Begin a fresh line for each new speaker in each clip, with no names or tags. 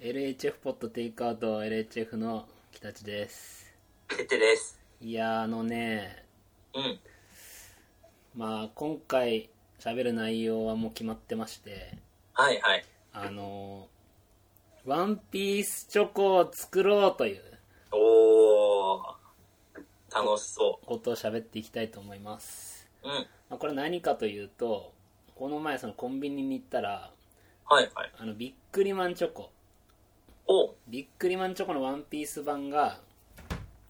LHF ポットテイクアウト LHF の北地です
決定です。
いやーあのね
うん。
まあ今回喋る内容はもう決まってまして
はいはい。
あのーワンピースチョコを作ろうという
おー。楽しそ
ことを喋っていきたいと思います、
う。うん。
まあこれ何かというとこの前そのコンビニに行ったら
はいはい。
あのビックリマンチョコ
おう。
ビックリマンチョコのワンピース版が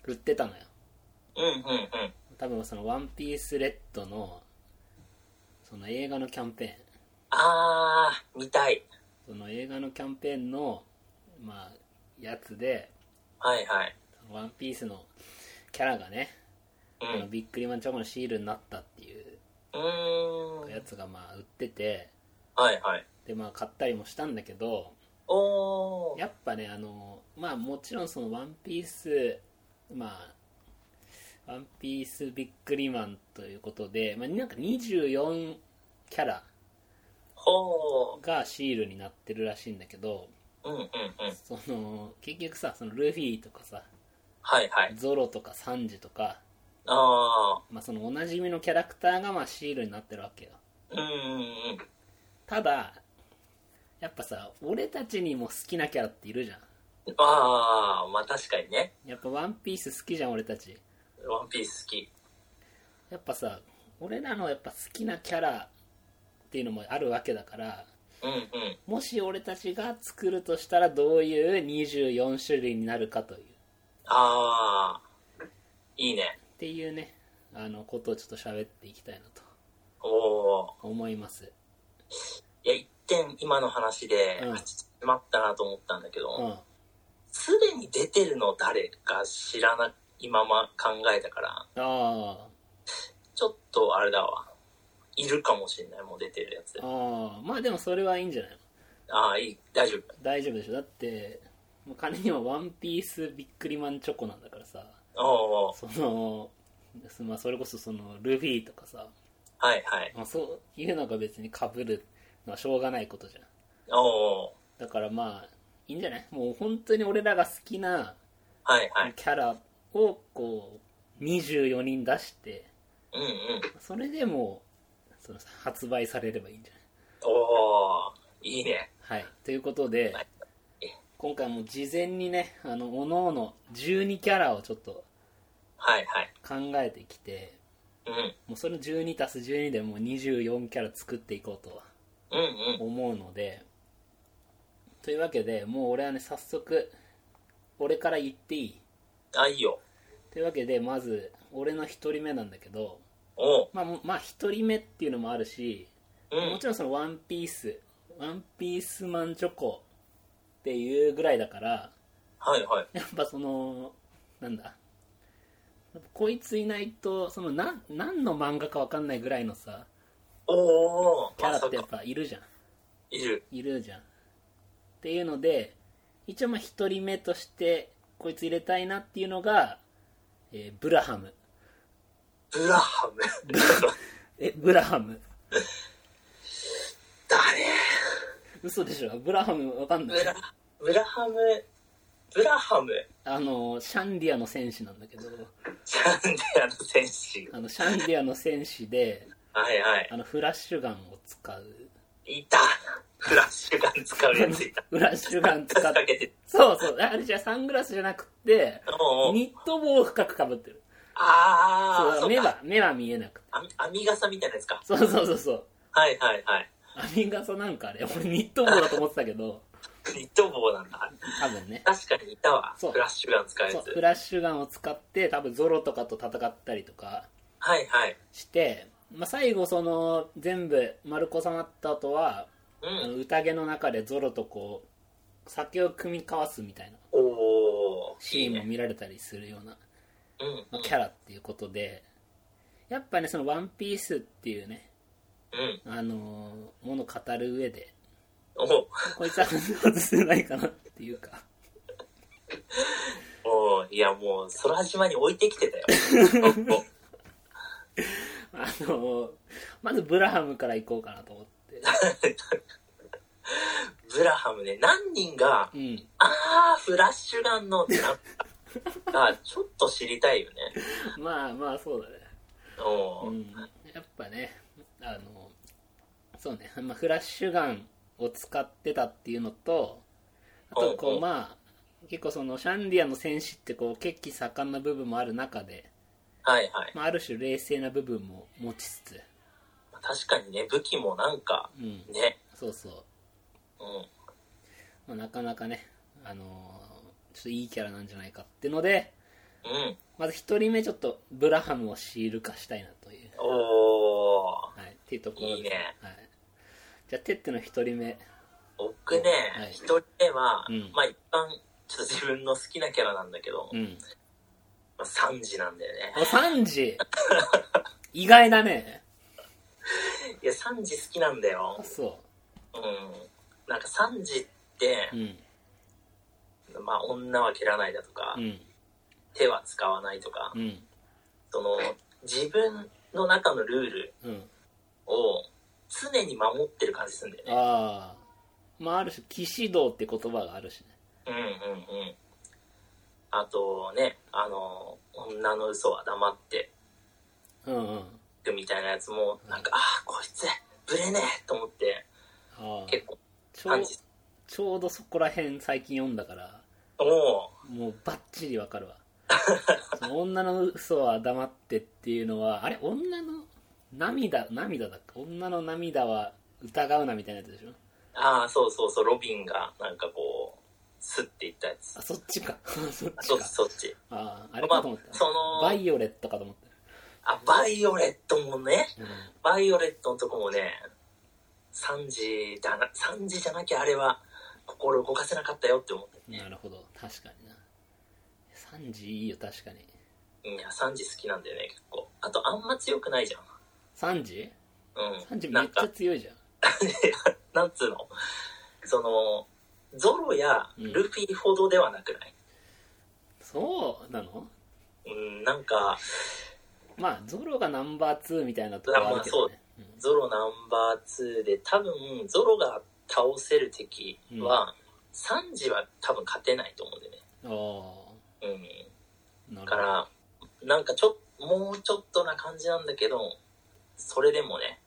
売ってたのよ
うんうんうん。
多分その「ワンピースレッドのその映画のキャンペーン
あー、見たい。
その映画のキャンペーンのまあやつで
はいはい。
「ワンピースのキャラがね、
う
あの
ん。
ビックリマンチョコのシールになったっていう
うーん。
やつがまあ売ってて
はいはい。
でまあ買ったりもしたんだけど
おー。
やっぱねあのまあもちろんその「ワンピースまあ「ワンピースビックリマンということで、まあ、なんか24キャラ
ほ
がシールになってるらしいんだけど
ー。うんうんうん。
その結局さそのルフィとかさ
はいはい。
ゾロとかサンジとか、
あ
まあ、そのおなじみのキャラクターがまあシールになってるわけよ
ー。うんうんうん。
ただやっぱさ俺たちにも好きなキャラっているじゃん
あー、まあ確かにね。
やっぱワンピース好きじゃん俺たち
ワンピース好き。
やっぱさ俺らのやっぱ好きなキャラっていうのもあるわけだから
うんうん。
もし俺たちが作るとしたらどういう24種類になるかというっ
あー。いいね。
ていうねあのことをちょっと喋っていきたいなと
おー。
思います
いや、一点今の話で、
うん
あちょっと詰まったなと思ったんだけ
う
ど、
ん
す、で、に出てるの誰か知らな、今ま考えたから、
あ
ちょっとあれだわ。いるかもしれない、もう出てるやつ
あ。ああまあでもそれはいいんじゃないの
ああ、いい、大丈夫。
大丈夫でしょだってもう金には「ワンピースビックリマンチョコ」なんだからさ
おうおう
その、まあ、それこそそのルフィとかさ、
はいはい。
まあ、そういうのが別にかぶるのはしょうがないことじゃん
おうおう
だからまあいいんじゃないもう本当に俺らが好きな
はいはい。
キャラをこう24人出して
うんうん。
それでもうその発売されればいいんじゃない
おおいいね。
はい、ということで
はい
今回も事前にねあの各々12キャラをちょっと
はいはい。
考えてきて
うん。
もうその12足す12でもう24キャラ作っていこうと
うんうん。
思うのでというわけでもう俺はね早速俺から言っていい
あ、いいよ。
というわけでまず俺の1人目なんだけど
おう
まあもうまあ1人目っていうのもあるし
うん。
もちろんそのワンピースワンピースマンチョコっていうぐらいだから
はいはい。
やっぱそのなんだこいついないとそのなん何の漫画か分かんないぐらいのさ
おうおう
キャラ
ま
っ
さ
てやっ
か、
ぱいるじゃん
いる。
いるじゃんっていうので一応まあ1人目としてこいつ入れたいなっていうのが、えーブラハム
ブラハ ム。
えブラハム
誰
嘘でしょブラハム分かんない
ブラ、ブラハム、ブラハム、
あのシャンディアの戦士なんだけど
シャンデアの戦士。
あのシャンディアの戦士で
はいはい。
あのフラッシュガンを使う
いたフラッシュガン使うやついた。
フラッシュガン使っ
か
て
けて。
そうそうあれじゃサングラスじゃなくて
おうおう
ニット帽を深くかぶってる
あ
そ
あ、
う目
そっか。
は目は見えなくて
あ編み傘みたいなやつか。
そうそうそうそう
はいはいはい。
編み傘なんかあれ俺ニット帽だと思ってたけど
ニット帽なんだ。
多分ね
確かにいたわ。
そう
フラッシュガン使う
そ
や
う
つ
フ。ラッシュガンを使って多分ゾロとかと戦ったりとか
はいはい。
して、まあ、最後その全部丸く収まった後は、
う
あの
ん。
宴の中でゾロとこう酒を組み交わすみたいな
おおーい
シ
い
ーンも
ね。
見られたりするような
うん
まあキャラっていうことでやっぱねその「ワンピースっていうね
うん。うん。
あのーものを語る上で
おお
こいつは外せないかなっていうか
おーいやもう、空島に置いてきて たよ。お
あのーまずブラハムから行こうかなと思って
ブラハムね、何人が、
うん
あー、フラッシュガンのってなったか、ちょっと知りたいよね。
まあまあそうだね
お
う
うん
やっぱねあのそうね、まあ、フラッシュガンを使ってたっていうのとあと
うん
こ
う
うんまあ結構そのシャンディアの戦士ってこう血気盛んな部分もある中で、
はいはい。
まあ、ある種冷静な部分も持ちつつ、
確かにね、武器もなんか、
うん、
ね、
そうそう
うん。
まあ、なかなかね、あのーちょっといいキャラなんじゃないかってので、
うん。
まず1人目ちょっとブラハムをシール化したいなという、
おー。
はい、っていうところです
いいね
はい、じゃあテッテの1人目
僕ね
はい、
一、人目は、
うん
まあ一般、ちょっと自分の好きなキャラなんだけど、
うん
まあ、サンジなんだよね。
おサンジ意外だね
いや、サンジ好きなんだよ
あ。そ
うん。なんかサンジって
う、うん
まあ女は蹴らないだとか、
うん
手は使わないとか、
うん
その、自分の中のルール
うん
を常に守ってる感じするんだよね。
ああまあある種騎士道って言葉があるしね
うんうんうん。あとね、あの、女の嘘は黙って
うんうん
みたいなやつも、なんか、ああ、こいつ、ぶれねえと思って、
ああ
結構
ちょう
感じ
ちょうどそこら辺最近読んだから
お
もうバッチリわかるわその女の嘘は黙ってっていうのはあれ女の涙涙だっけ女の涙は疑うなみたいなやつでしょ
ああそうそうそうロビンがなんかこうスッていったやつ
あそっちかそっち
そっ
か
ちそっち
あああれかと思った、
まあその
バイオレットかと思っ
あバイオレットもね
た、うん
バイオレットのとこもね3時だな3時じゃなきゃあれは心動かせなかったよって思ってね、
なるほど確かにな3時いいよ確かに
うん、いや3時好きなんだよね結構あとあんま強くないじゃん
3時
う
?3 時
ん
め
な
っ
ん
ちゃ
か
強いじゃん
なんつうのそのゾロやルフィほどではなくない、
そうなの
うん、なんか
まあゾロがナンバー2みたいなところあるけどね、
ゾロナンバー2で多分ゾロが倒せる敵は、サンジは多分勝てないと思うんでね、
うんあ
うん、
あなるほ
だか
ど
らなんかちょもうちょっとな感じなんだけどそれでもね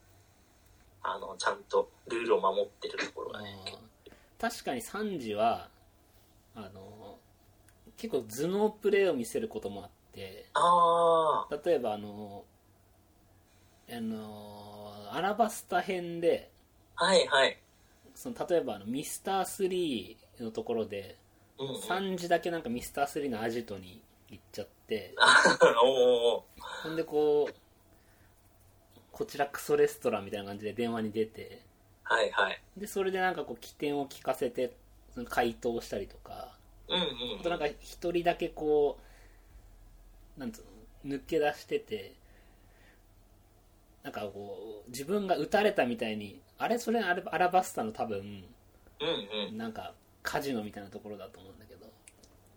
あのちゃんとルールを守ってるところがね
あー確かにサンジはあの結構頭脳プレーを見せることもあって
あ
例えばあのあのアラバスタ編で
あはいはい
その例えばあのミスター3のところで
うんうん
3時だけなんかミスター3のアジトに行っちゃって
おー
ほんでこうこちらクソレストランみたいな感じで電話に出て
はいはい
でそれでなんかこう起点を聞かせてその回答したりとか
うんうん
あとなんか一人だけこうなんつうの抜け出しててなんかこう自分が撃たれたみたいにあれそれアルアラバスタの多分
うんうん
なんかカジノみたいなところだと思うんだけど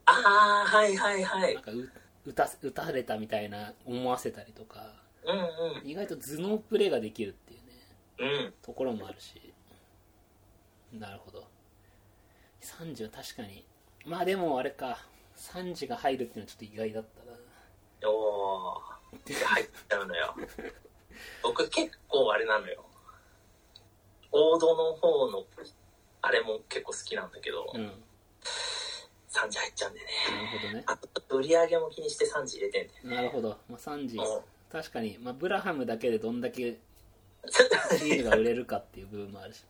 ああはいはいはい
なんかう撃たせ撃たれたみたいな思わせたりとか
うん
意外と頭脳プレーができるっていうね
うんうん
ところもあるしなるほど3時は確かにまあでもあれか3時が入るっていうのはちょっと意外だったな
おー入っちゃうのよ僕結構あれなのよ王道の方のあれも結構好きなんだけど、
うんなる
3時入っちゃうんでね
ほどね
あと売り上げも気にして3時入れてんだ
な
よ
るほど、まあ、3時
うん
確かに、まあ、ブラハムだけでどんだけ
ちょっ
シールが売れるかっていう部分もあるし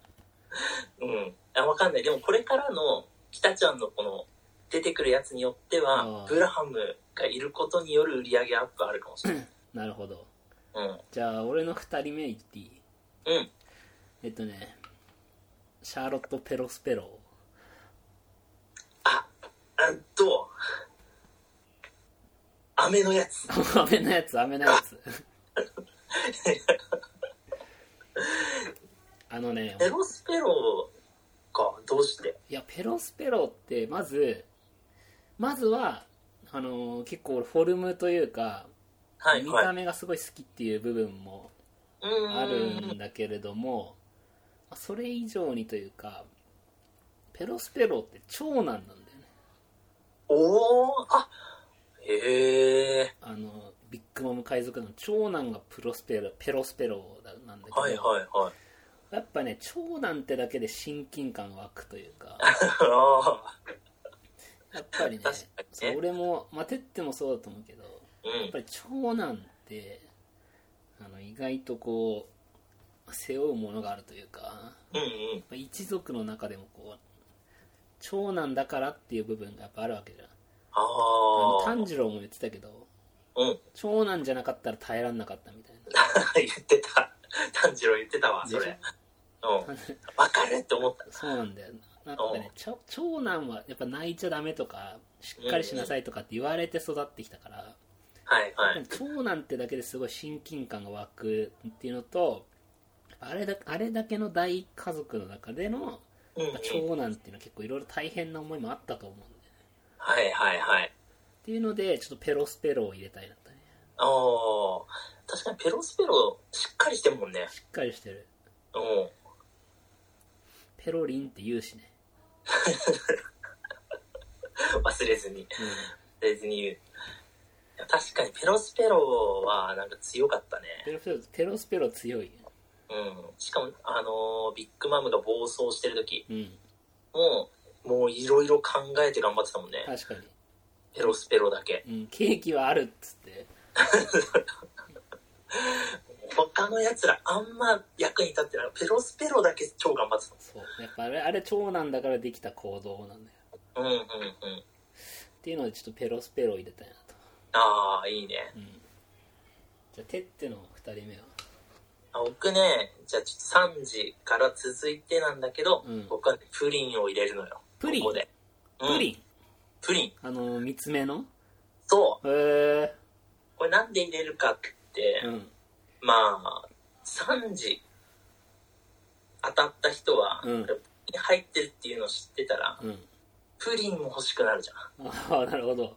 とうんあわかんないでもこれからの北ちゃんのこの出てくるやつによって
あ
は
ー
ブラハムがいることによる売り上げアップあるかもしれない
なるほど
うん
じゃあ俺の2人目言っていい
うん
えっとねシャーロット・ペロスペロ
ああと飴のやつ
雨のやつ雨のやつあのね
ペロスペロかどうして
いやペロスペロってまずまずはあのー結構俺フォルムというか、
はい
見
は
た
い
目がすごい好きっていう部分も
うーん
あるんだけれども、まあそれ以上にというかペロスペロって長男なんだよね
おおあへえ
あのビッグマム海賊の長男がプロスペロペロスペロだなんだけど、
はいはいはい
やっぱね長男ってだけで親近感湧くという か
あ
やっぱりね
確かにね
そう俺も、まあ、てってもそうだと思うけど
ーう
やっ
ん
ぱり長男ってあの意外とこう背負うものがあるというか
うんうん
まあ一族の中でもこう長男だからっていう部分がやっぱあるわけじゃん
あ
あの
あ
炭治郎も言ってたけど
うん
長男じゃなかったら耐えらんなかったみたい
言ってた炭治郎言ってたわ
な
そ
で
れ
し
うん
ょ
わかるって思った
そうなんだよなんかねちょ長男はやっぱ泣いちゃダメとかしっかりしなさいとかって言われて育ってきたから、
はいはい
長男ってだけですごい親近感が湧くっていうのとあれだあれだけの大家族の中での
うんうん
長男っていうのは結構いろいろ大変な思いもあったと思うんだよね
はいはいはい
っていうのでちょっとペロスペロを入れたいなとね
ああ確かにペロスペロしっかりしてるもんね
しっかりしてる
うん
ペロリンって言うしね、
忘れずに
うん
忘れずに言ういや確かにペロスペロはなんか強かったね
ペロスペロペロスペロ強い
うんしかもあのービッグマムが暴走してる時
うん
もうもういろいろ考えて頑張ってたもんね、
確か
ペロスペロだけ
に、うん、ケーキはあるっつって
他のやつらあんま役に立ってないペロスペロだけ超頑張って
そうやっぱあれあれ長男だからできた行動なんだよ
たうんうんうん
っていうのでちょっとペロスペロを入れたいなと、
ああいいね
うん、じゃあてっての2人目は
あ僕ねじゃあちょっと3時から続いてなんだけど、
うん
僕はねプリンを入れるのよ
プリン
ここで、うん
プリン、
プリン
あの3つ目の
そ
へえ
うこれなんで入れるかって、
うん
まあ3時当たった人は、
うん
これプリン入ってるっていうのを知ってたら、
うん
プリンも欲しくなるじゃん
ああなるほど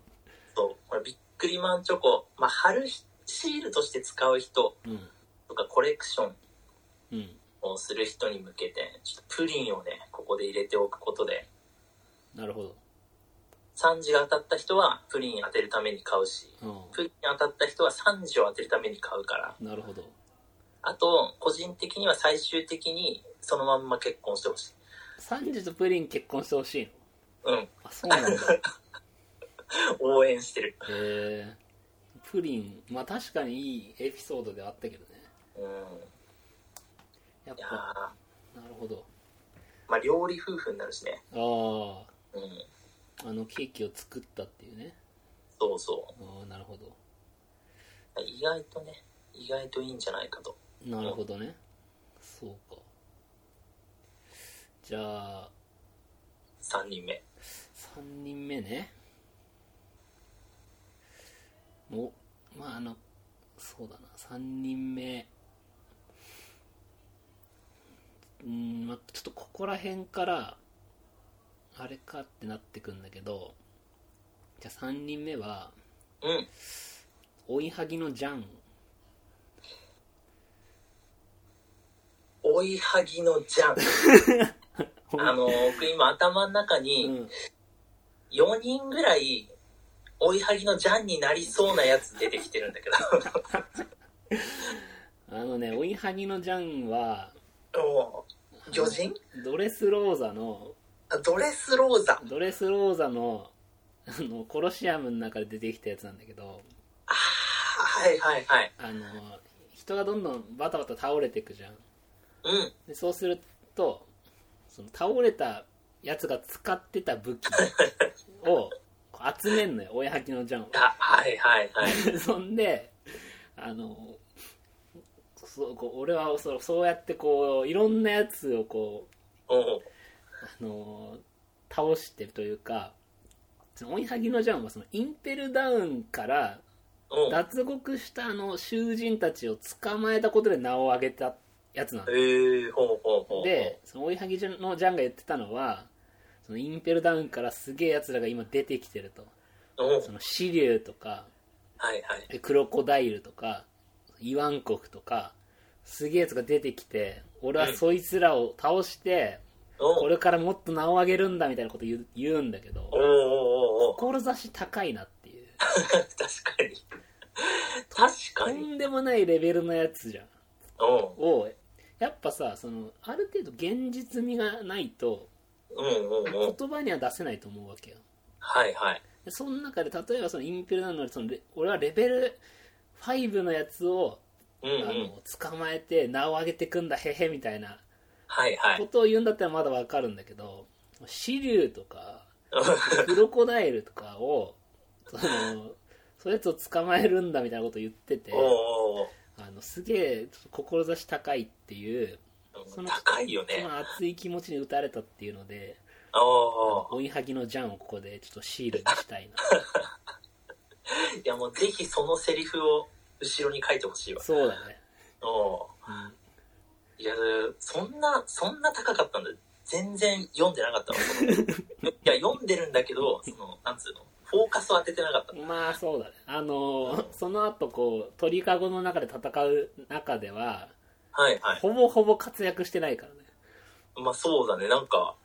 そうこれビックリマンチョコ、まあ、貼るシールとして使う人
うん
とかコレクション
うん
をする人に向けてちょっとプリンをねここで入れておくことで
なるほど
3時が当たった人はプリン当てるために買うし
う
プリン当たった人は3時を当てるために買うから
んなるほど
あと個人的には最終的にそのまんま結婚してほしい
サンジとプリン結婚してほしいの
うん
あそうなんだ へ
応援してる
えプリンまあ確かにいいエピソードではあったけどね
うん
やっ
いやー
ぱなるほど
まあ料理夫婦になるしね
あ
うん
ああのケーキを作ったっていうね
そうそ
ああなるほど
う意外とね意外といいんじゃないかと
なるほどねそうかじゃあ
3人目
3人目ねおまああのそうだな3人目うんまあちょっとここら辺からあれかってなってくんだけどじゃあ3人目は
うん
追いはぎのジャン
追いはぎのジャンあの僕今頭の中
う
に
ん
4人ぐらい追いはぎのジャンになりそうなやつ出てきてるんだけ
あのね追いはぎのジャンは
どもう魚人
ドレスローザの
あドレスローザ
ドレスローザのあのコロシアムの中で出てきたやつなんだけど
あーはいはいはい
あの人がどんどんバタバタ倒れていくじゃん
うん
でそうするとその倒れたやつが使ってた武器をこう集めんのよ親は きのジャンを
あはいはいはい
そんであのそうこう俺はそうそうやってこういろんなやつをこう
おう
あの倒してというかその追いはぎのジャンはそのインペルダウンから
おう
脱獄したあの囚人たちを捕まえたことで名を上げたやつな
え
の
ー、ほうほうほう
でその追いはぎのジャンが言ってたのはそのインペルダウンからすげえやつらが今出てきてると
おう
そのシリュウとか
はいはい
クロコダイルとかイワンコフとかすげえやつが出てきて俺はそいつらを倒して、
お
これからもっと名を上げるんだみたいなこと言う言うんだけど
おおおおお
志高いなっていう
確かに確
と
かに
んでもないレベルのやつじゃん
うん
をやっぱさそのある程度現実味がないと
うんうんうん
言葉には出せないと思うわけよ
はいはい
でその中で例えばそのインペルなのにそのレ俺はレベル5のやつを、
うんう
あ
ん
の捕まえて名を上げてくんだへへみたいな
はいは
こ
い
とを言うんだったらまだわかるんだけど支流とか
う
ク
ん
ロコダイルとかをそのそやつを捕まえるんだみたいなことを言ってて
おおお
あのすげえ志高いっていうその
高いよ
そ
ね
の熱い気持ちに打たれたっていうので
おお
追いはぎのジャンをここでちょっとシールにしたいな
いやもうぜひそのセリフを後ろに書いてほしいわ
そうだね、
おお
うん
いやそんなそんな高かったんだ全然読んでなかったわ そのいや読んでるんだけどそのなんつうのフォーカスを当ててなかった
まあそうだねあのーその後こう鳥かごの中で戦う中では
はいはい
ほぼほぼ活躍してないからね
まあそうだねなんか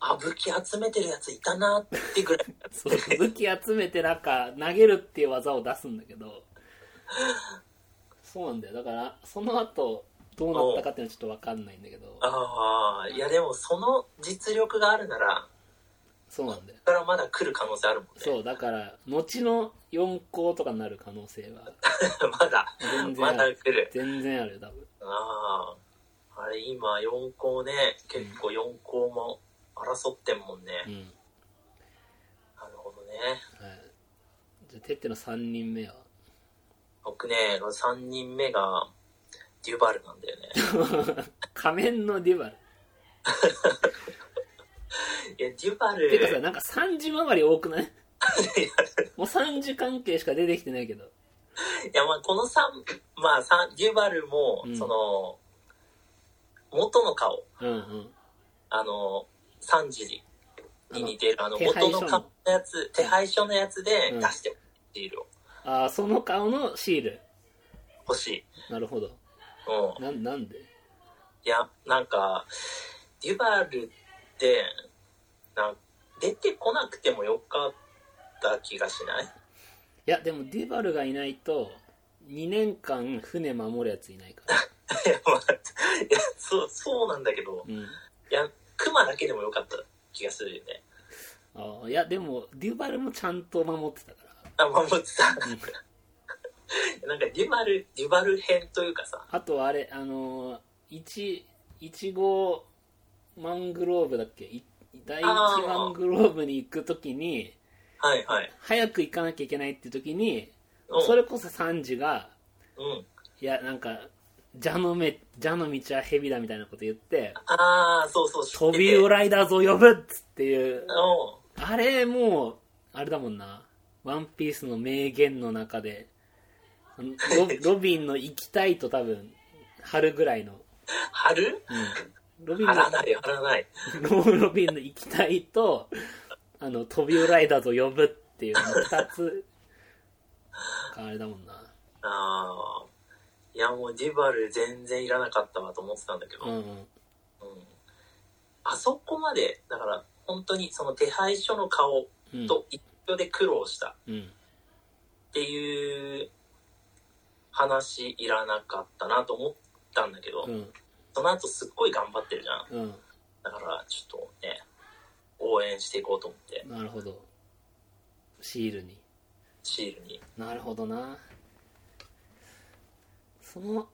あ武器集めてるやついたなってぐらい
そう武器集めてなんか投げるっていう技を出すんだけどそうなんだよだからその後どうなったかっていうのはちょっと分かんないんだけど
ああいやでもその実力があるなら
そうなんだよ
だからまだ来る可能性あるもんね
そうだから後の4校とかになる可能性は
まだ
全然
ま
あ
だ
る
来る
全然あるよ多分
あああれ今4校ね結構4校も争ってんもんね、
うん
なるほどね
はい、じゃあ、てっての3人目は。
僕ね3人目がデュバルなん だよね
仮面のデュバル。
いやデュバ
てかさ、
ル
なんか3時回り多くないもう3時関係しか出てきてないけど。
いやまあこの3まあ三デュバルも
うん
その、元の顔
うんうん。
あの三次に似てるあの
手配
元
書の
の顔のやつ手配書のやつで
うん
出してほしいシールを
ああ、その顔のシール。
欲しい、
なるほど。
うん、
なん、なんで
いや、なんか、デュバルって、なん出てこなくてもよかった気がしない
いや、でもデュバルがいないと、2年間船守るやついないから。
いや、まあ、いやそう、そうなんだけど、
うん。
いや、クマだけでもよかった気がするよね。
ああ、いや、でも、デュバルもちゃんと守ってたから。
あ、守ってた。なんか、デュバル、デュバル編というかさ、
あとはあれ、あのー、一、一号マングローブだっけい第一
あー
マングローブに行くときに、
はいはい。
早く行かなきゃいけないって時に、
うん
それこそサンジが、
うん。
いや、なんか、蛇の目、蛇の道は蛇だみたいなこと言って、
ああ、そうそう、知
飛
って
び
て。
をライダーズを呼ぶっつっていう
う、ん
あれもう、あれだもんな、ワンピースの名言の中で、ロロビンの行きたいと多分、春ぐらいの、
貼る
うん、ロビン
貼
の
らない、貼らない。
ローロビンの行きたいと、あの、飛びをライダーズを呼ぶっていう、二つ、なんかあれだもんな。
ああ。いや、もうデュバル全然いらなかったわと思ってたんだけど。
うんうん。
うんあそこまでだから本当にその手配書の顔
うん
と一緒で苦労した
うん、
っていう話いらなかったなと思ったんだけど、
うん、
その後すっごい頑張ってるじゃん
うん、
だからちょっとね応援していこうと思って
なるほど。シールに。
シールに
なるほどな。その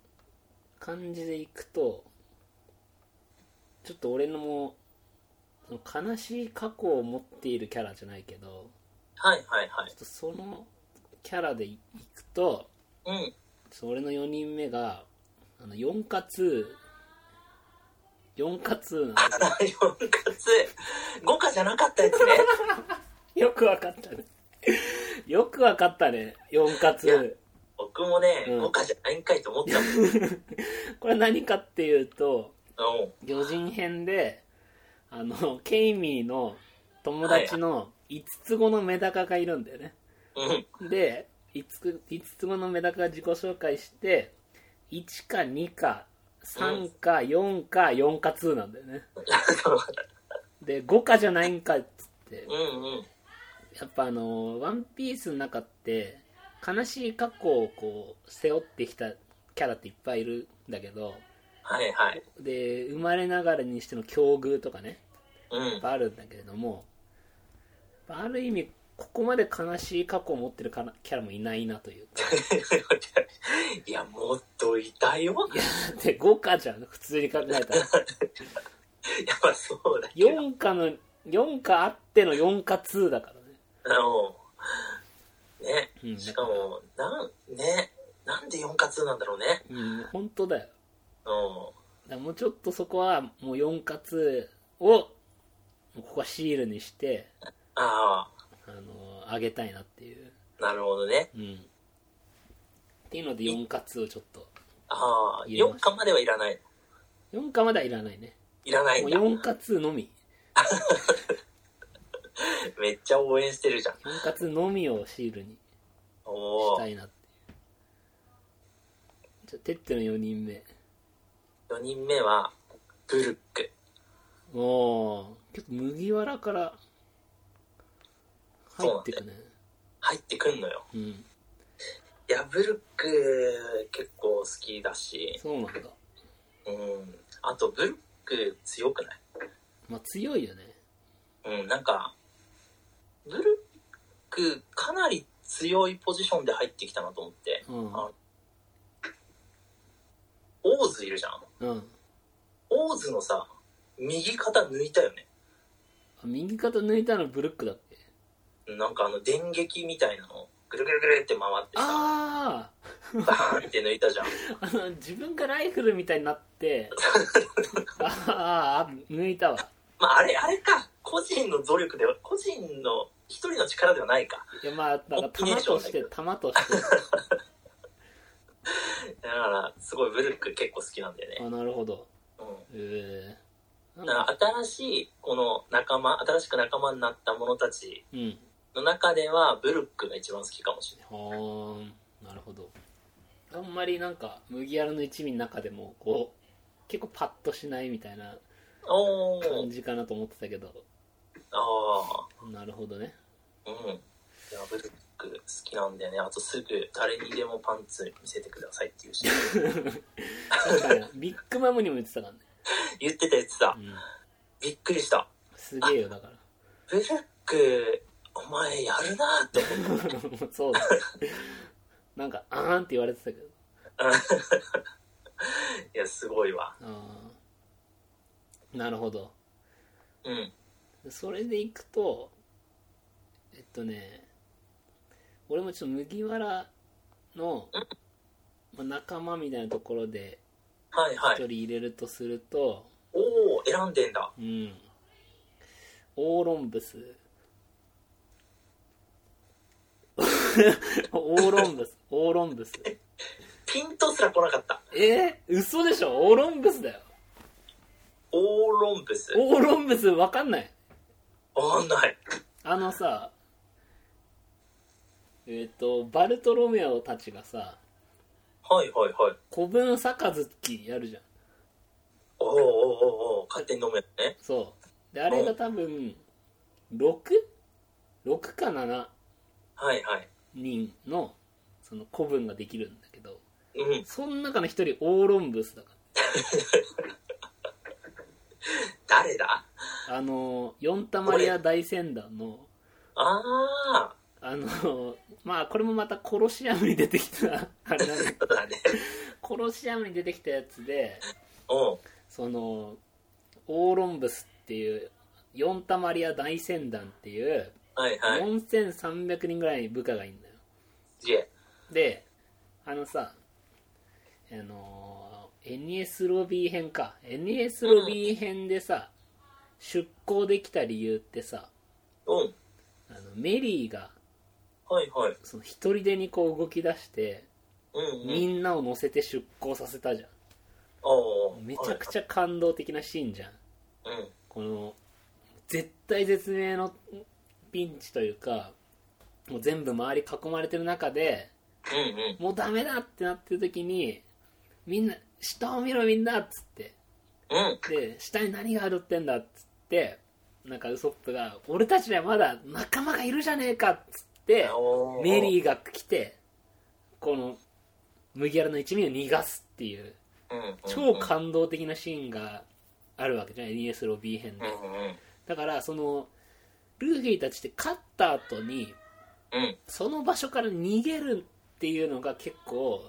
感じでいくと、ちょっと俺のも、その悲しい過去を持っているキャラじゃないけど、
はいはいは
ちょっとそのキャラでいくと、
いうん
ちょっと俺の4人目が、あの、4か2、4か2なんだ
あら4かつ5かじゃなかったやつ ね
よくわかったね。よくわかったね、4か
いや
2。
僕もね、
うん
5かじゃないんかいと思ったもん
これ何かっていうと、
うん
魚人編で、あの、ケイミーの友達の5つ子のメダカがいるんだよね。
うん
で、5つ五つ子のメダカが自己紹介して、1か2か3か4か4か2なんだよねで5かじゃないんかっつって
うんうん
やっぱあの「ワンピースの中って悲しい過去をこう背負ってきたキャラっていっぱいいるんだけど
はいはい
で生まれながらにしての境遇とかね
うん
いっぱいあるんだけれどもある意味ここまで悲しい過去を持ってるかなキャラもいないなという か
いや、もっといたよ。いや、
で5かじゃん普通に考えたら
まあそうだけど。
4かの4かあっての4か2だからね
あの、ね、
うん
しかも、なん、ね、なんで4か2なんだろうね。
うん本当だよ
う
だからもうちょっとそこはもう4か2をもうここはシールにして
ん。あ
あの上げたいなっていう
あ、なるほどね。
うんっていうので4か2をちょっと
ああ、
入れます
4かまではいらない。
4かまではいらないね
いらない
も
ん
う
だ。
4か2のみ
めっちゃ応援してるじゃん。
4か2のみをシールに
お
し
お
た。いなっていうじゃあテッテの4人目
4人目は、ブルック。
おお結構麦わらから入ってくね
入ってくんのよ。
うん
いや、ブルック、結構好きだし。
そうなんだ
うん。あと、ブルック強くない
まあ強いよね
うん、なんか、ブルック、かなり強いポジションで入ってきたなと思って。
うん
あオーズいるじゃん。
うん
オーズのさ、右肩抜いたよね。
あ右肩抜いたのブルックだっけ
なんかあの、電撃みたいなの、ぐるぐるぐるって回ってさ、
あ
バーンって抜いたじゃん。
ああの自分がライフルみたいになってあーあー抜いたわ
まあ、あれ、あれか。個人の努力では、個人の一人の力ではないか。
いやまあなんか弾として弾として
だから、すごいブルック結構好きなんだよね。
あなるほど
うん。
ええ
だから新しい、この仲間、新しく仲間になった者たち
うん
の中では、ブルックが一番好きかもしれない。
はあなるほどあんまりなんか麦わらの一味の中でもこう結構パッとしないみたいな
お
感
ー
じかなと思ってたけど
あ
なるほどね
あうんいやブルック好きなんだよねあとすぐ誰にでもパンツ見せてくださいっていう し
確かにビッグマムにも言ってたからね、
言ってたやつだ
うん、
びっくりした
すげえよだから
ブルックお前やるなって思っ
そうだねなんかあーんって言われてたけど
たいやすごいわ
あーなるほど
うん
それでいくとえっとね俺もちょっと麦わらの、まあ仲間みたいなところで
はい
一
は
人
い
入れるとすると、
おお選んでんだ
うんオーロンブス オーロンブスオーロンブス
ピンとすら来なかった
えー、嘘でしょオーロンブスだよ
オーロンブス
オーロンブスわかんない
わかんない
あのさえっ、とバルトロメオたちがさ
はいはいはい
古文杯やるじゃん
おーおーおーおー勝手に飲むやつね
そうであれが多分 6?6 か7
はいはい
人のその古文ができるんだけど
うん
その中の一人オーロンブスだか
誰だ
らあの四タマリア大船団の
ああ
あのまあこれもまたコロシアムに出てきたあれなんだけど
そうだね
コロシアムに出てきたやつで
うん
そのオーロンブスっていう四タマリア大船団っていう
はいはい
4300人ぐらい部下がいるんだよ
すげえ
であのさあのー NS ロビー編か NS ロビー編でさ、出向できた理由ってさ
うん。
あのメリーが
はいはい。
その一人でにこう動き出して、
うん、う
み
ん。
んなを乗せて出向させたじゃ
お
んめちゃく
ち
ちゃ感動的なシーンじゃん
ゃ。うん。
この絶対絶命のピンチというかもう全部周り囲まれてる中で
うんうん。
もうダメだってなってる時にみんな下を見ろみんなっつって
うん。
で下に何があるってんだっつってなんかウソップが「俺たちにはまだ仲間がいるじゃねえか」っつって
おー
メリーが来てこの麦わらの一味を逃がすっていう
うんうんうん
超感動的なシーンがあるわけじゃん NES ロビー編
う
で
んうん
だからそのルフィたちって勝った後に
うん。
その場所から逃げるっていうのが結構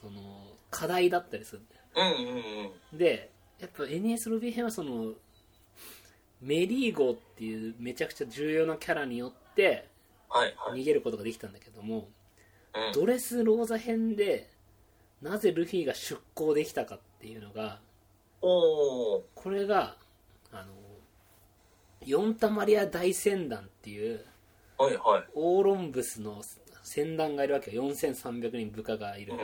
その課題だったりするんだよ
うんうんうん。
でやっぱ NS ロビー編はそのメリーゴっていうめちゃくちゃ重要なキャラによって
はいはい。
逃げることができたんだけども
うん
ドレスローザ編でなぜルフィが出航できたかっていうのが
おー。
これがあのヨンタマリア大船団っていう
はいはい。
オーロンブスの船団がいるわけよ4300人部下がいる
うん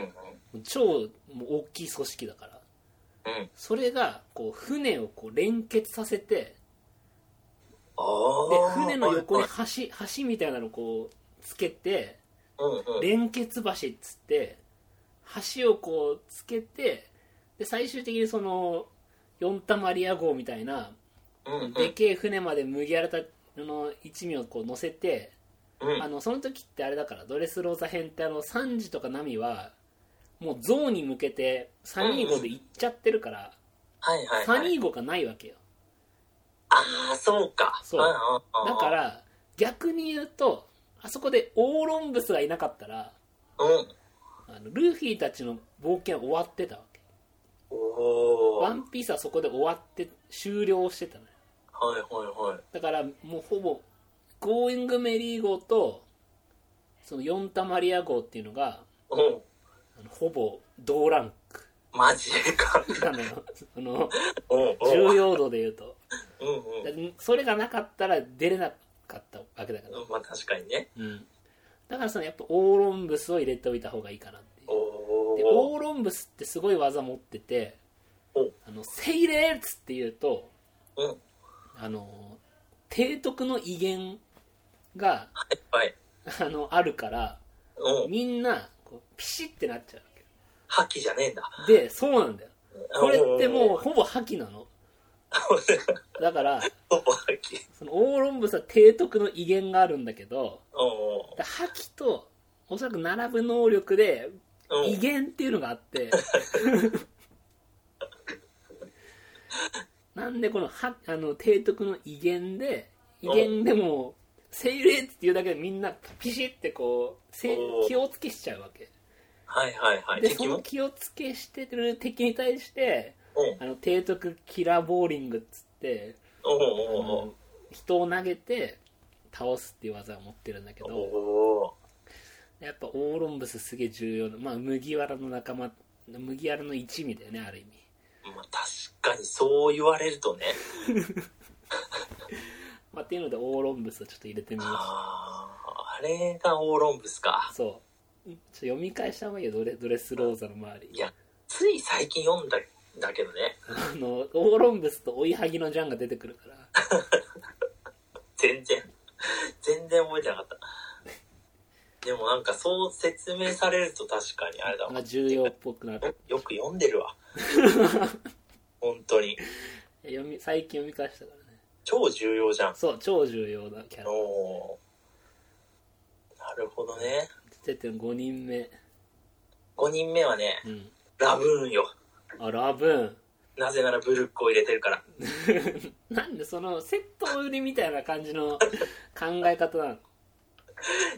うん。
超もう大きい組織だから
うん。
それがこう船をこう連結させて
あー
で船の横に
はい
橋橋みたいなのをこうつけて
はいうんうん。
連結橋っつって橋をこうつけてで最終的にそのヨンタマリア号みたいな
うんうん
でけえ船まで麦わらたの一味をこう乗せて
うん
あのその時ってあれだからドレスローザ編ってあのサンジとかナミはもうゾウに向けて325で行っちゃってるから
はいはいはい。
325がないわけよ
ああ、そうか。
そうだ
だ
か、ら逆に言うとあそこでオーロンブスがいなかったら
うん。
あのルフィたちの冒険終わってたわけ
おー。
ワンピースはそこで終わって終了してたのよ
はいはいはい。
だからもうほぼゴーイングメリー号とそのヨンタマリア号っていうのが
うん。
あのほぼ同ランク
マジか。
なのよ その
うんうん。
重要度で言うと
うんうん
だってそれがなかったら出れなかったわけだから、
うん。まあ確かにね。
うん、だからそのやっぱオーロンブスを入れておいた方がいいかなっていう
お
で
ー。
オーロンブスってすごい技持ってて
お
「あのセイレーっつって言うと
うん。
あの提督の威厳が
はいはい。
あのあるから
うん。
みんなこうピシッてなっちゃうわ
覇気じゃねえんだ。
けでそうなんだよこれってもうほぼ覇気なのだから
おー。覇気。
そのオーロンブスは提督の威厳があるんだけど
お
だ覇気とおそらく並ぶ能力で
ー。う
威
ん。
厳っていうのがあって なんでこのはあの提督の威厳で威厳でも精霊っていうだけでみんなピシってこうせ
おー
気をつけしちゃうわけ
はいはいはい。
でそ
敵
の
も
気をつけしてる敵に対して
うん。
あの提督キラーボーリングっつって
おー
あ
おー
の人を投げて倒すっていう技を持ってるんだけ
おー。
ど
おー。
やっぱオーロンブスすげえ重要な、まあ、麦わらの仲間麦わらの一味だよねある意味
まあ確かにそう言われるとね。
まあ、っていうのでオーロンブスをちょっと入れてみま
ああ、あれがオーロンブス
した
か。
そうちょっと読み返した方がいいよドレドレスローザの周り
いや、つい最近読んだんだけどね。
あのオーロンブスと追いはぎのジャンが出てくるから
全然、全然覚えてなかった。でもなんかそう説明されると確かにあれだ
なん
わ。
か重要っぽくなる
よく読んでるわ。本当に。
読み最近読み返したからね
超重要じゃん。
そう超重要なキャラ
おーなるほどね。
出てる5人目
5人目はね、
うん
ラブーンよ。
あラブーン
なぜならブルックを入れてるから。
なんでそのセット売りみたいな感じの考え方なの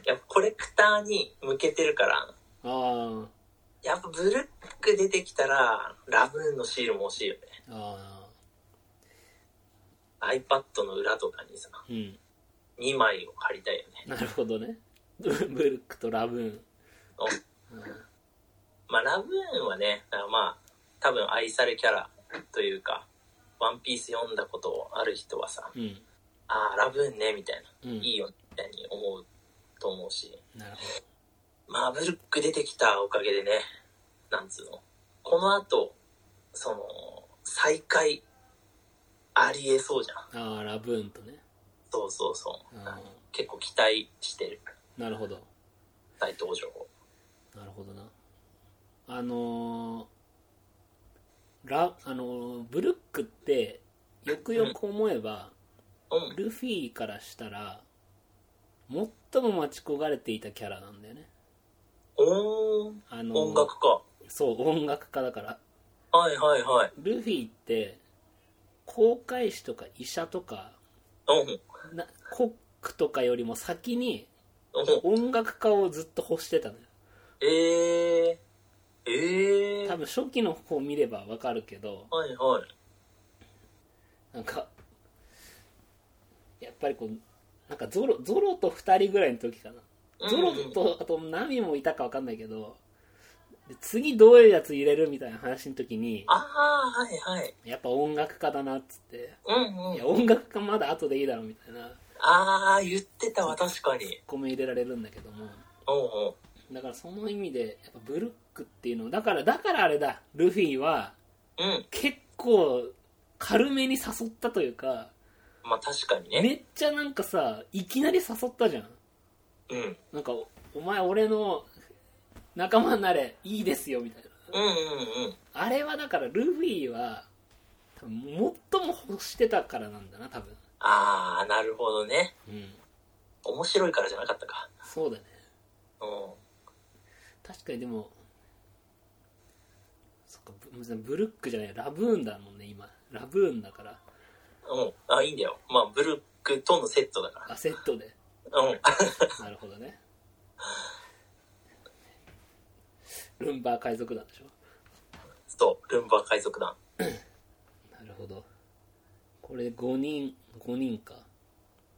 やっぱコレクターに向けてるから。
あ
やっぱブルック出てきたら、ラブーンのシールも欲しいよね。
ああ
iPad の裏とかにさ、
あうん
2枚を貼りたいよね。
なるほどね ブルックとラブーン
おまあ、ラブーンはね、だからまあ、多分愛されキャラというか、ワンピース読んだことある人はさ、
うん
ああ、ラブーンね、みたいな、
うん
いいよ、みたいに思うと思うし、
なるほ
まあ、ブルック出てきたおかげでね、なんつうの、この後、その、再会、ありえそうじゃん。
どああラブーンとね
そうそうそう。
あ
結構期待してる
ーなるほど
再登場を
なるほどなあのーラあのブルックってよくよく思えば、
うん。
ルフィからしたら最も待ち焦がれていたキャラなんだよね
おー、
あの
音楽家。
そう音楽家だから
はいはいはい。
ルフィって航海士とか医者とか
うん。
なコックとかよりも先に
うん。
音楽家をずっと欲してたのよ
ええー。ええー。
多分初期の方見ればわかるけど
はいはい。
なんかやっぱりこうなんかゾロゾロと2人ぐらいの時かなゾロとあとナミもいたかわかんないけどで次どういうやつ入れるみたいな話の時に
ああ、はいはい。
やっぱ音楽家だなっつって
うん
いうや
ん。
音楽家まだ後でいいだろみたいな
ああ、言ってたわ、確かに。
コメ入れられるんだけども
うんうん。
だからその意味でやっぱブルックっていうのだからだからあれだルフィは
うん。
結構軽めに誘ったというか
まあ確かにね。
めっちゃなんかさいきなり誘ったじゃん
うん。うん
なんかお「お前俺の仲間になれいいですよ」みたいな
うんうん。
あれはだからルフィは多分最も欲してたからなんだな多分
ああ、なるほどね。
うん
面白いからじゃなかったか。
そうだね
うん。
確かにでもそっかブブルックじゃないラブーンだもんね今ラブーンだから
うん。あ、いいんだよ。まあ、ブルックとのセットだか
アセットで
ら。うん。
なるほどねルンバー海賊団でしょ
そう、ルンバ海賊団。
なるほどこれ5人5人か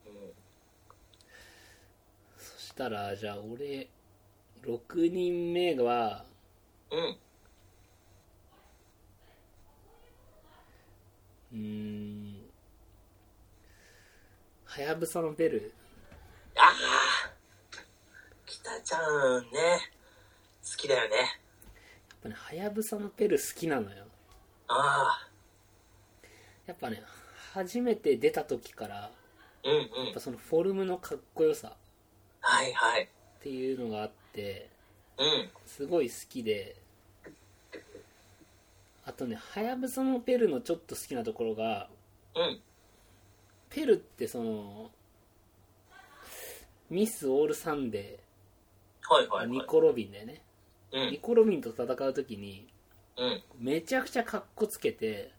うん。
そしたらじゃあ俺6人目は
うん。
うーんはやぶさのベル
ああ北ちゃんね。好きだよね。
やっぱねはやぶさのベル好きなのよ
あ
やっぱね初めて出た時からや
あ。うんう
っ
ん
ぱ。そのフォルムのかっこよさ
はいはい。
っていうのがあって
うん。
すごい好きであとねはやぶさのペルのちょっと好きなところが
うん。
ペルってそのミス・オール・サンデ
はい
ー、
はい
ニ
はい。
コ・ロビンだよね、
う
ニ
ん。
コ・ロビンと戦う時に
うん。
めちゃくちゃかっこつけて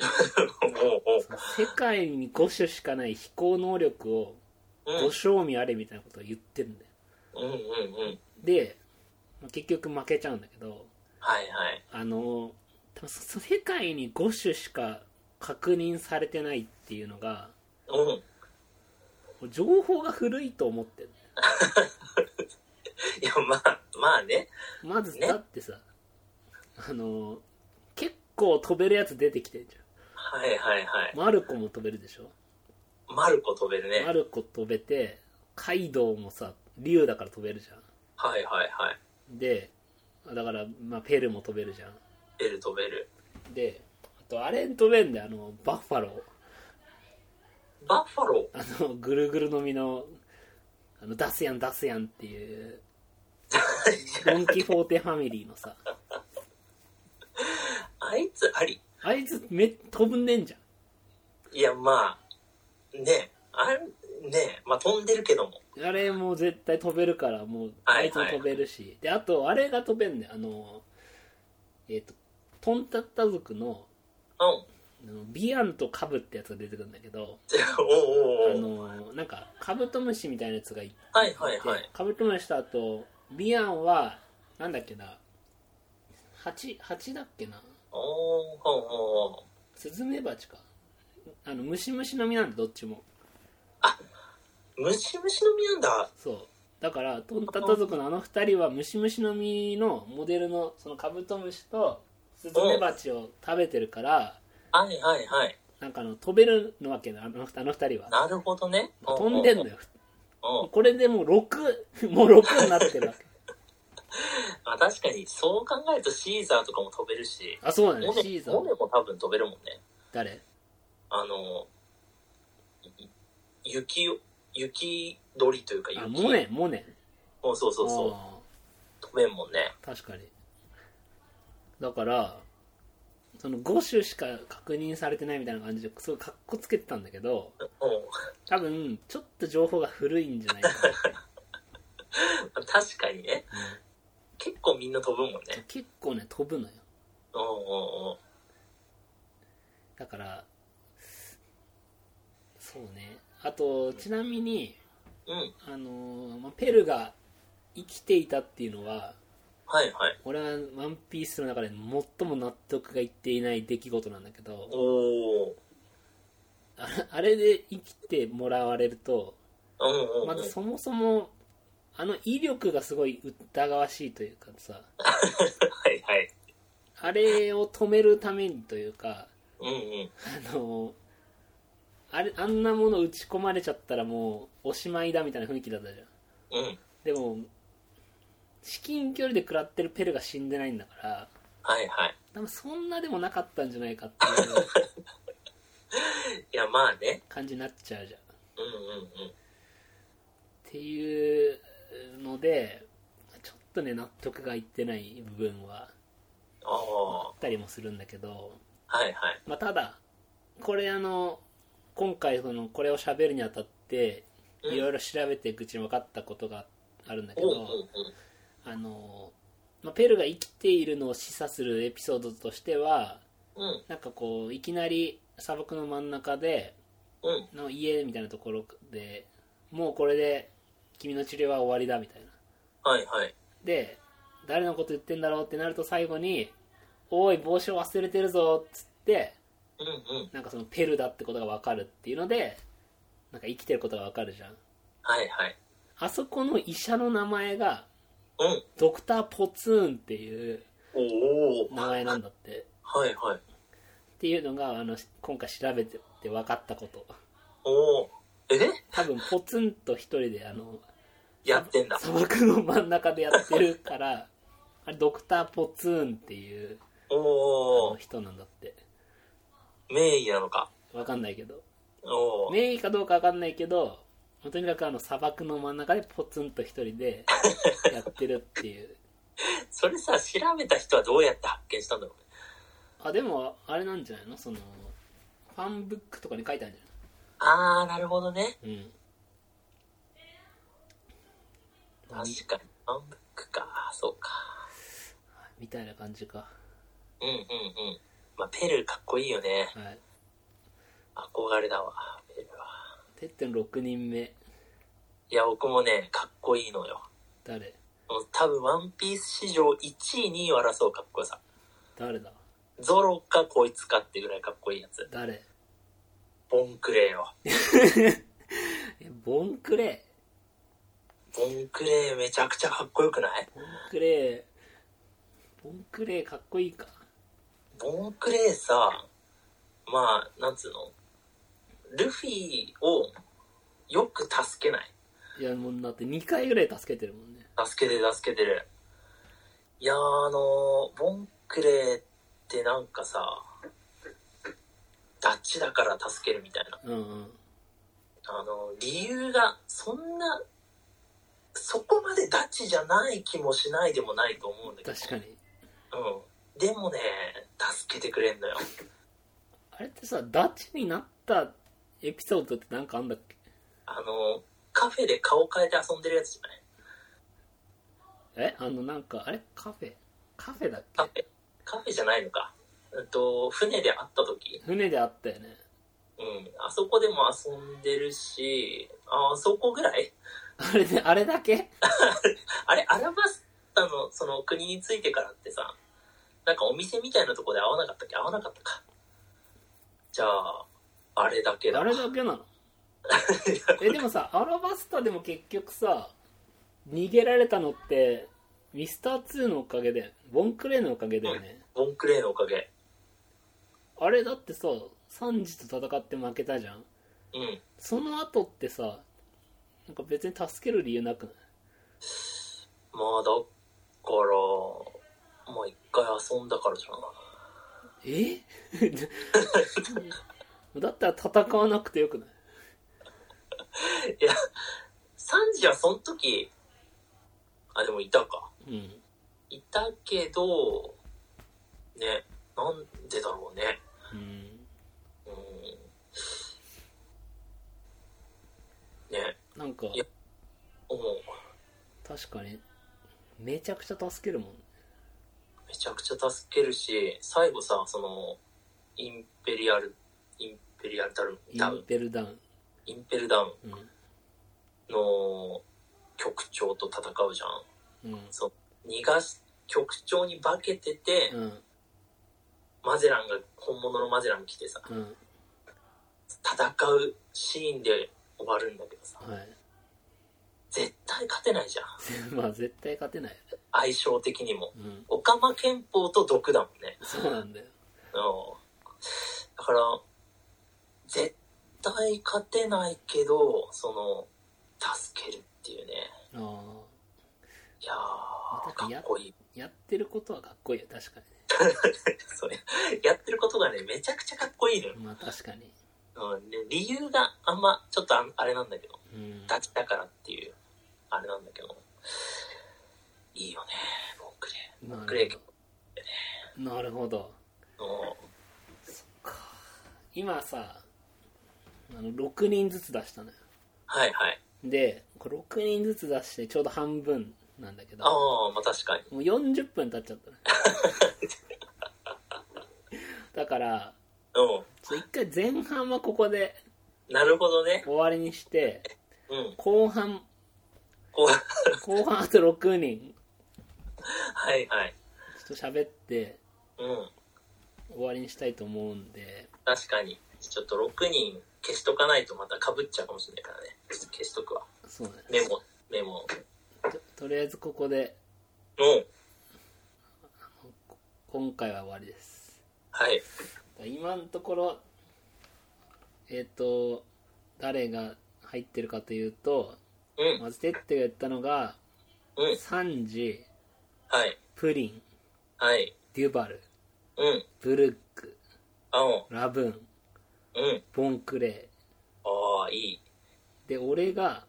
おうおう
その世界に5種しかない飛行能力を
うん。
5賞味あれみたいなことを言ってるんだよ
うんうんうん。
で結局負けちゃうんだけど
はいはい。
あの多分そ世界に5種しか確認されてないっていうのが
うん。
情報が古いと思ってる
いや、まあ、まあね。
まず
ね
だってさ、あの結構飛べるやつ出てきてんじ
はいはいは
ゃ
い
ん。マルコも飛べるでしょ、
マルコ飛べるね
マ。ルコ飛べてカイドウもさ竜だから飛べるじゃ
はいはいはい。
んでだから、まあ、ペルも飛べるじゃん
ベル飛べる。
であとあれ飛べんだよあのバッファロー
バッファロ
あのぐるぐるのみのあの出すやん出すやんっていうドン・キホーテファミリーのさ
ー。あいつあり。
あいつめ飛ぶんねんじゃん
いや、まあ、ねあれ、ねまあ飛んでるけども。
あれもう絶対飛べるからもう
は
あ
い
いつも飛べるし、であとあれが飛べんねあのえっ、とトンタッタ族の
うん。
あのビアンとカブってやつが出てくるんだけど
じゃあお
あ
うおうおう。
のなんかカブトムシみたいなやつがいて、
はいはいはい。
カブトムシとあとビアンはなんだっけな蜂蜂だっけな
おおおうおう
スズメバチかあのムシムシの実なんでどっちも
ムシムシの実なんだ。
そうだからトンタタ族のあの二人はムシムシの実のモデルのそのカブトムシとスズメバチを食べてるから
はいはいはい。
なんかあの飛べるのわけだあのあの二人は
なるほどね。
飛んでんの
よ。
よ
うん。
これでもう6もう6になってるわけ
まあ確かに、そう考えるとシーザーとかも飛べるし、
あそうだ
モ
ね
ネ
シーザ
モネ
ー
も多分飛べるもんね。
誰
あの、い雪を、雪鳥というか雪。
あモネモネ
うんそうそうそう。
あ
飛べんもんね。
ー確かにだからその5種しか確認されてないみたいな感じですごいかっこつけてたんだけど
も
多分ちょっと情報が古いんじゃないかなって
う、 確かにね。結構みんな飛ぶもんね。
結構ね飛ぶのよ
うんうんうん。
だからそうねあとちなみに
うん。
あのーまあペルが生きていたっていうのは
はいはい。
俺は「ワンピースの中で最も納得がいっていない出来事なんだけど
おー。
ああれで生きてもらわれると
うんうん、うん。
まずそもそもあの威力がすごい疑わしいというかさ
はいはい。
あれを止めるためにというか
うんうん。
あのあれあんなもの打ち込まれちゃったらもうおしまいだみたいな雰囲気だったじゃん
うん。
でも至近距離で食らってるペルが死んでないんだから
はいはい。
多分そんなでもなかったんじゃないかっていう
いや、まあね。
感じになっちゃうじゃんっ
うんうんうん。
ていうのでちょっとね納得がいってない部分はあ
あ
ったりもするんだけど
あ。はいはい。
まあ、ただこれあの今回そのこれを喋るにあたって
うん
いろいろ調べていくうちに分かったことがあるんだけ
お
ど、
ううんうん。
あのまあ、ペルが生きているのを示唆するエピソードとしては
うん
なんかこういきなり砂漠の真ん中で
うん。
の家みたいなところでもうこれで君の治療は終わりだみたいな
はいはい。
で誰のこと言ってんだろうってなると最後に「おい帽子を忘れてるぞ」っつって
うんうん。
なんかそのペルだってことが分かるっていうのでなんか生きてることが分かるじゃん
はいはい。
あそこの医者の名前が
うん。
ドクター・ポツーンっていう
おお。
名前なんだって
はいはい。
っていうのがあの今回調べてって分かったこと
おお。え
多分ポツンと一人であの
やってんだ。
砂漠の真ん中でやってるからあれドクター・ポツーンっていう
お
あの
お。
人なんだって
名医なのか。
分かんないけど
おお。
名医かどうか分かんないけどとにかくあの砂漠の真ん中でポツンと一人でやってるっていう
それさ、調べた人はどうやって発見したんだろうね。
あでもあれなんじゃないのそのファンブックとかに書いてあるんじ
ああ、なるほどね。
ゃないうん
確かに。アンブックか。そうか。
みたいな感じか
うんうんうん。まあ、ペルーかっこいいよね。
はい
憧れだわ、ペルーは。
てっての6人目
いや、僕もね、かっこいいのよ。
誰
もう多分、ワンピース史上1位、2位を争うかっこよさ。
誰だ
ゾロかこいつかってぐらいかっこいいやつ。
誰
ボンクレーよ。
えボンクレ
ボンクレーめちゃくちゃかっこよくない
ーボンクレーボンクレーかっこいいか
ボンクレーさ、まあ、なんつうのルフィをよく助けない。
いやもうだって2回ぐらい助けてるもんね
助けてる助けてる。いやーあのー、ボンクレーってなんかさ、ダッチだから助けるみたいな。
うんうん
あのー、理由がそんな、そこまでダッチじゃない気もしないでもないと思うんだけど。
確かに
うん。でもね、助けてくれんのよ。
あれってさダチになったエピソードってなんかあんだっけ
あの、カフェで顔変えて遊んでるやつじゃない
えあのなんかあれカフェカフェだっ
カ
け
フェカフェじゃないのか。うんと、船で会った時、
船であったよね
うん、あそこでも遊んでるし、あそこぐらい
あれで、あれだけ
あれ、アラバスタのその国に着いてからってさ、なんかお店みたいなとこで会わなかったっけ会わなかったか。じゃあ、あれだけだ。
あれだけなのえ、でもさ、アラバスタでも結局さ、逃げられたのって、ミスター2のおかげで、ボンクレーのおかげだよね。
ボンクレーのおかげ。
あれだってさ、サンジと戦って負けたじゃん。
うん。
その後ってさ、なんか別に助ける理由なくない
まあ、だから、まあ一回遊んだからじゃな。
え だったら戦わなくてよくない
いや、サンジはその時、あ、でもいたか。
うん。
いたけど、ね、なんでだろうね。
うん
うん。ね、
なんか
いや思う。
確かにめちゃくちゃ助けるもん
めちゃくちゃ助けるし、最後さ、その、インペリアル、インペリアルダウ
イ
ン、ダウ
ン
ン、
ペルダウン、
インペルダウ
うん
ンの局長と戦うじゃん。
うん
そう、逃がし、局長に化けてて、
うん
マゼランが、本物のマゼラン来てさ、
うん
戦うシーンで終わるんだけどさ、
はい
絶対勝てないじゃん。
まあ絶対勝てないよ
相性的にも。
ねうん
オカマ憲法と毒だもんね。
そうなんだよ
うん。だから、絶対勝てないけど、その、助けるっていうね。
ああ
いや
ま
ー、
た
か
や
っこい い。
やってることはかっこいいよ確か
それ、やってることがね、めちゃくちゃかっこいいのよ
に。ねまあ確かに
うん、で理由があんま、ちょっとああれなんだけど、
うん
ガチだからっていう、あれなんだけど、いいよね、ボンクレ。
な
クレイ
るほどなるほど
うん
今さあの6人ずつ出したのよ
はいはい。
でこれ6人ずつ出してちょうど半分なんだけど
ああ、まあ確かに。
もう40分経っちゃったね だから
う
ちょ一回前半はここで
ん。なるほどね。
終わりにして
うん。
後半
こう、
後半あと6人
はいはい。
ちょっと喋って
うん。
終わりにしたいと思うんで
確かに。ちょっと6人消しとかないとまた被っちゃうかもしれないからね。ちょっと消しとくわ。
そうね
メモ、メモ。
ととりあえずここで
うん。
今回は終わりです
はい。
今のところえっ、と誰が入ってるかというと
うん。
まずてってが言ったのが
うん。
サンジ
はい。
プリン
はい。
デュバル
うん。
ブルック
あうん。
ラブーン
うん。
ボンクレ
ああ、い い。
イで俺が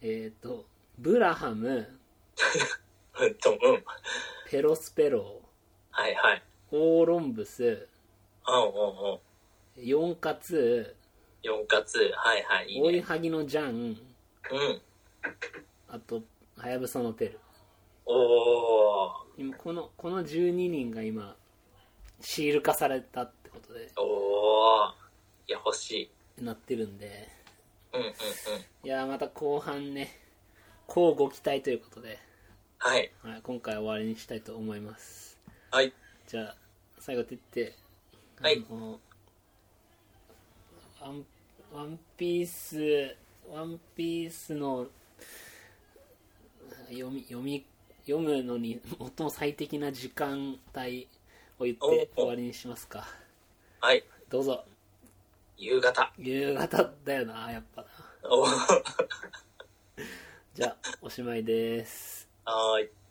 えっ、とブラハム
うんと、うん。
ペロスペロ
はいはい。
オーロンブス
あうんうんうん。
4カツ
4活。はいはい。いい
追い
ね。
はぎのジャン
うん。
あとはやぶさのペル
おー。
今このこの12人が今シール化されたってことで
おー。いや、欲しい。
なってるんで
うんうんうん。
いやーまた後半ねこうご期待ということで、
はい。
はい、今回は終わりにしたいと思います
はい。
じゃあ最後てって
はい
あのワンワンピースワンピースの読み読み読むのに最も最適な時間帯を言っ
お
て終わりにしますか
はい。
どうぞ
夕方。
夕方だよなやっぱな
おー。
じゃあおしまいです
はーい。